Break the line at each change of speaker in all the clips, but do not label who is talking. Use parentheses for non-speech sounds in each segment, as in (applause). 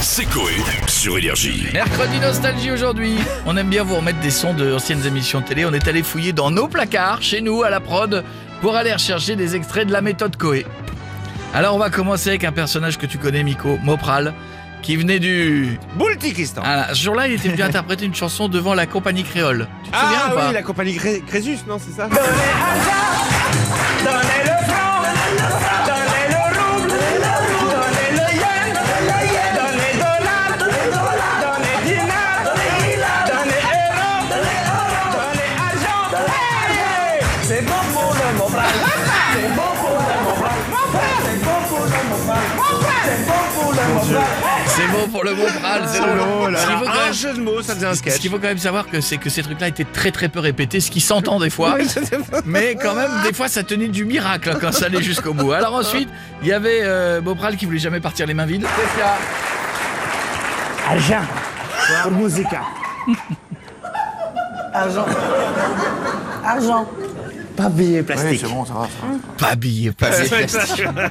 C'est Coé sur Énergie.
Mercredi Nostalgie aujourd'hui. On aime bien vous remettre des sons de anciennes émissions télé. On est allé fouiller dans nos placards, chez nous, à la prod, pour aller rechercher des extraits de la méthode Coé. Alors on va commencer avec un personnage que tu connais, Miko, Mopral, qui venait du...
Boultikistan.
Ah, ce jour-là, il était
(laughs)
venu interpréter une chanson devant la compagnie créole. Tu te souviens ou
Ah
pas Ah,
oui, la compagnie Cré- Crésus, non, c'est ça
C'est bon pour le Mopral, c'est bon. Ce qu'il faut quand
Oh Un
même-
jeu de mots, ça faisait un
Ce
sketch.
qu'il faut quand même savoir, que c'est que ces trucs-là étaient très très peu répétés, ce qui s'entend des fois. Mais quand même, des fois, ça tenait du miracle hein, quand ça allait jusqu'au bout. Alors ensuite, il y avait euh, Bopral qui voulait jamais partir les mains vides.
Agent pour Musica. Argent. Argent. Pas billet plastique.
Pas habillé, pas habillé.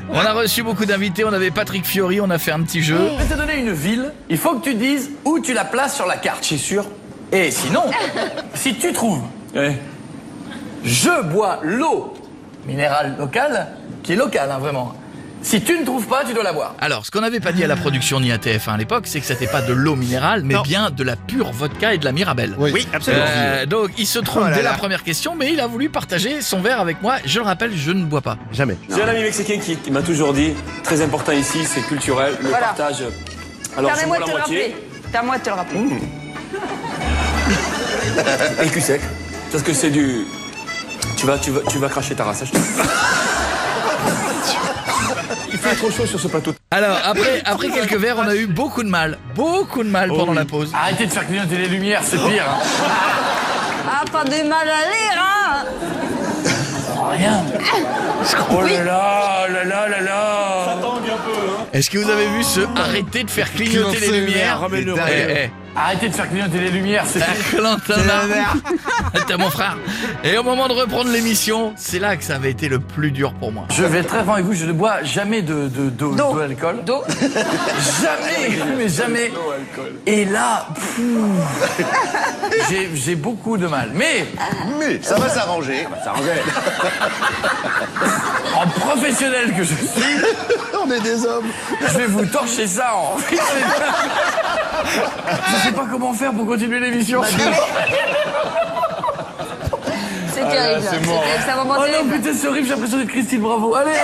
On a reçu beaucoup d'invités. On avait Patrick Fiori. On a fait un petit jeu.
Je vais te donner une ville. Il faut que tu dises où tu la places sur la carte, c'est sûr. Et sinon, (laughs) si tu trouves, je bois l'eau minérale locale, qui est locale, hein, vraiment. Si tu ne trouves pas, tu dois la boire.
Alors, ce qu'on n'avait pas dit à la production ni à TF1 à l'époque, c'est que c'était pas de l'eau minérale, mais
Non.
bien de la pure vodka et de la Mirabelle.
Oui, absolument.
Euh, donc, il se trompe
Oh là
dès
là.
la première question, mais il a voulu partager son verre avec moi. Je le rappelle, je ne bois pas.
Jamais.
J'ai un ami mexicain qui, qui m'a toujours dit, très important ici, c'est culturel, le
Voilà.
partage. Alors je bois
Permets-moi de
la
te le rappeler.
moitié.
Permets-moi de te le rappeler.
Et cul sec. Parce que c'est du... Tu vas, tu, vas, tu vas cracher ta race. hein, je te- Il fait trop chaud sur ce plateau.
Alors, (laughs)
(laughs)
après, après quelques verres, on a eu beaucoup de mal. Beaucoup de mal pendant la pause.
Arrêtez de faire clignoter les lumières, c'est pire. hein.
Ah, pas de mal à lire, hein
Rien. Oh là là, oh là là, là là.
Est-ce que vous avez vu ce arrêter de faire clignoter les lumières
Ramène-le,
Eh,
ramène-le.
eh,
Arrêtez de faire clignoter les lumières, c'est pire.
eh, Corentin Marc. (laughs) T'as mon frère. Et au moment de reprendre l'émission, c'est là que ça avait été le plus dur pour moi.
Je vais être très franc avec vous, je ne bois jamais de de- d'eau,
D'eau.
d'eau, alcool.
D'eau.
(laughs) Jamais, mais jamais. Et là, pfff, j'ai- j'ai beaucoup de mal. Mais
Ça va s'arranger.
(laughs) en professionnel que je suis,
(laughs) On est des hommes.
je vais vous torcher ça
(laughs)
en. je sais pas comment faire pour continuer l'émission.
Bah,
C'est
Ah,
terrible. C'est terrible, C'est un moment
Oh
terrible.
non, putain, c'est horrible, j'ai l'impression d'être Christine Bravo. Allez, allez.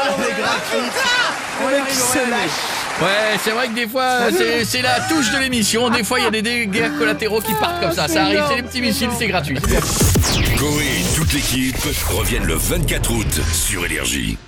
On est gratuit.
Ouais, c'est vrai que des fois, c'est- c'est la touche de l'émission. Des fois, il y a des dégâts collatéraux qui partent comme ça. Ça arrive, c'est des petits missiles, c'est gratuit.
Coé et toute l'équipe reviennent le 24 août sur Énergie.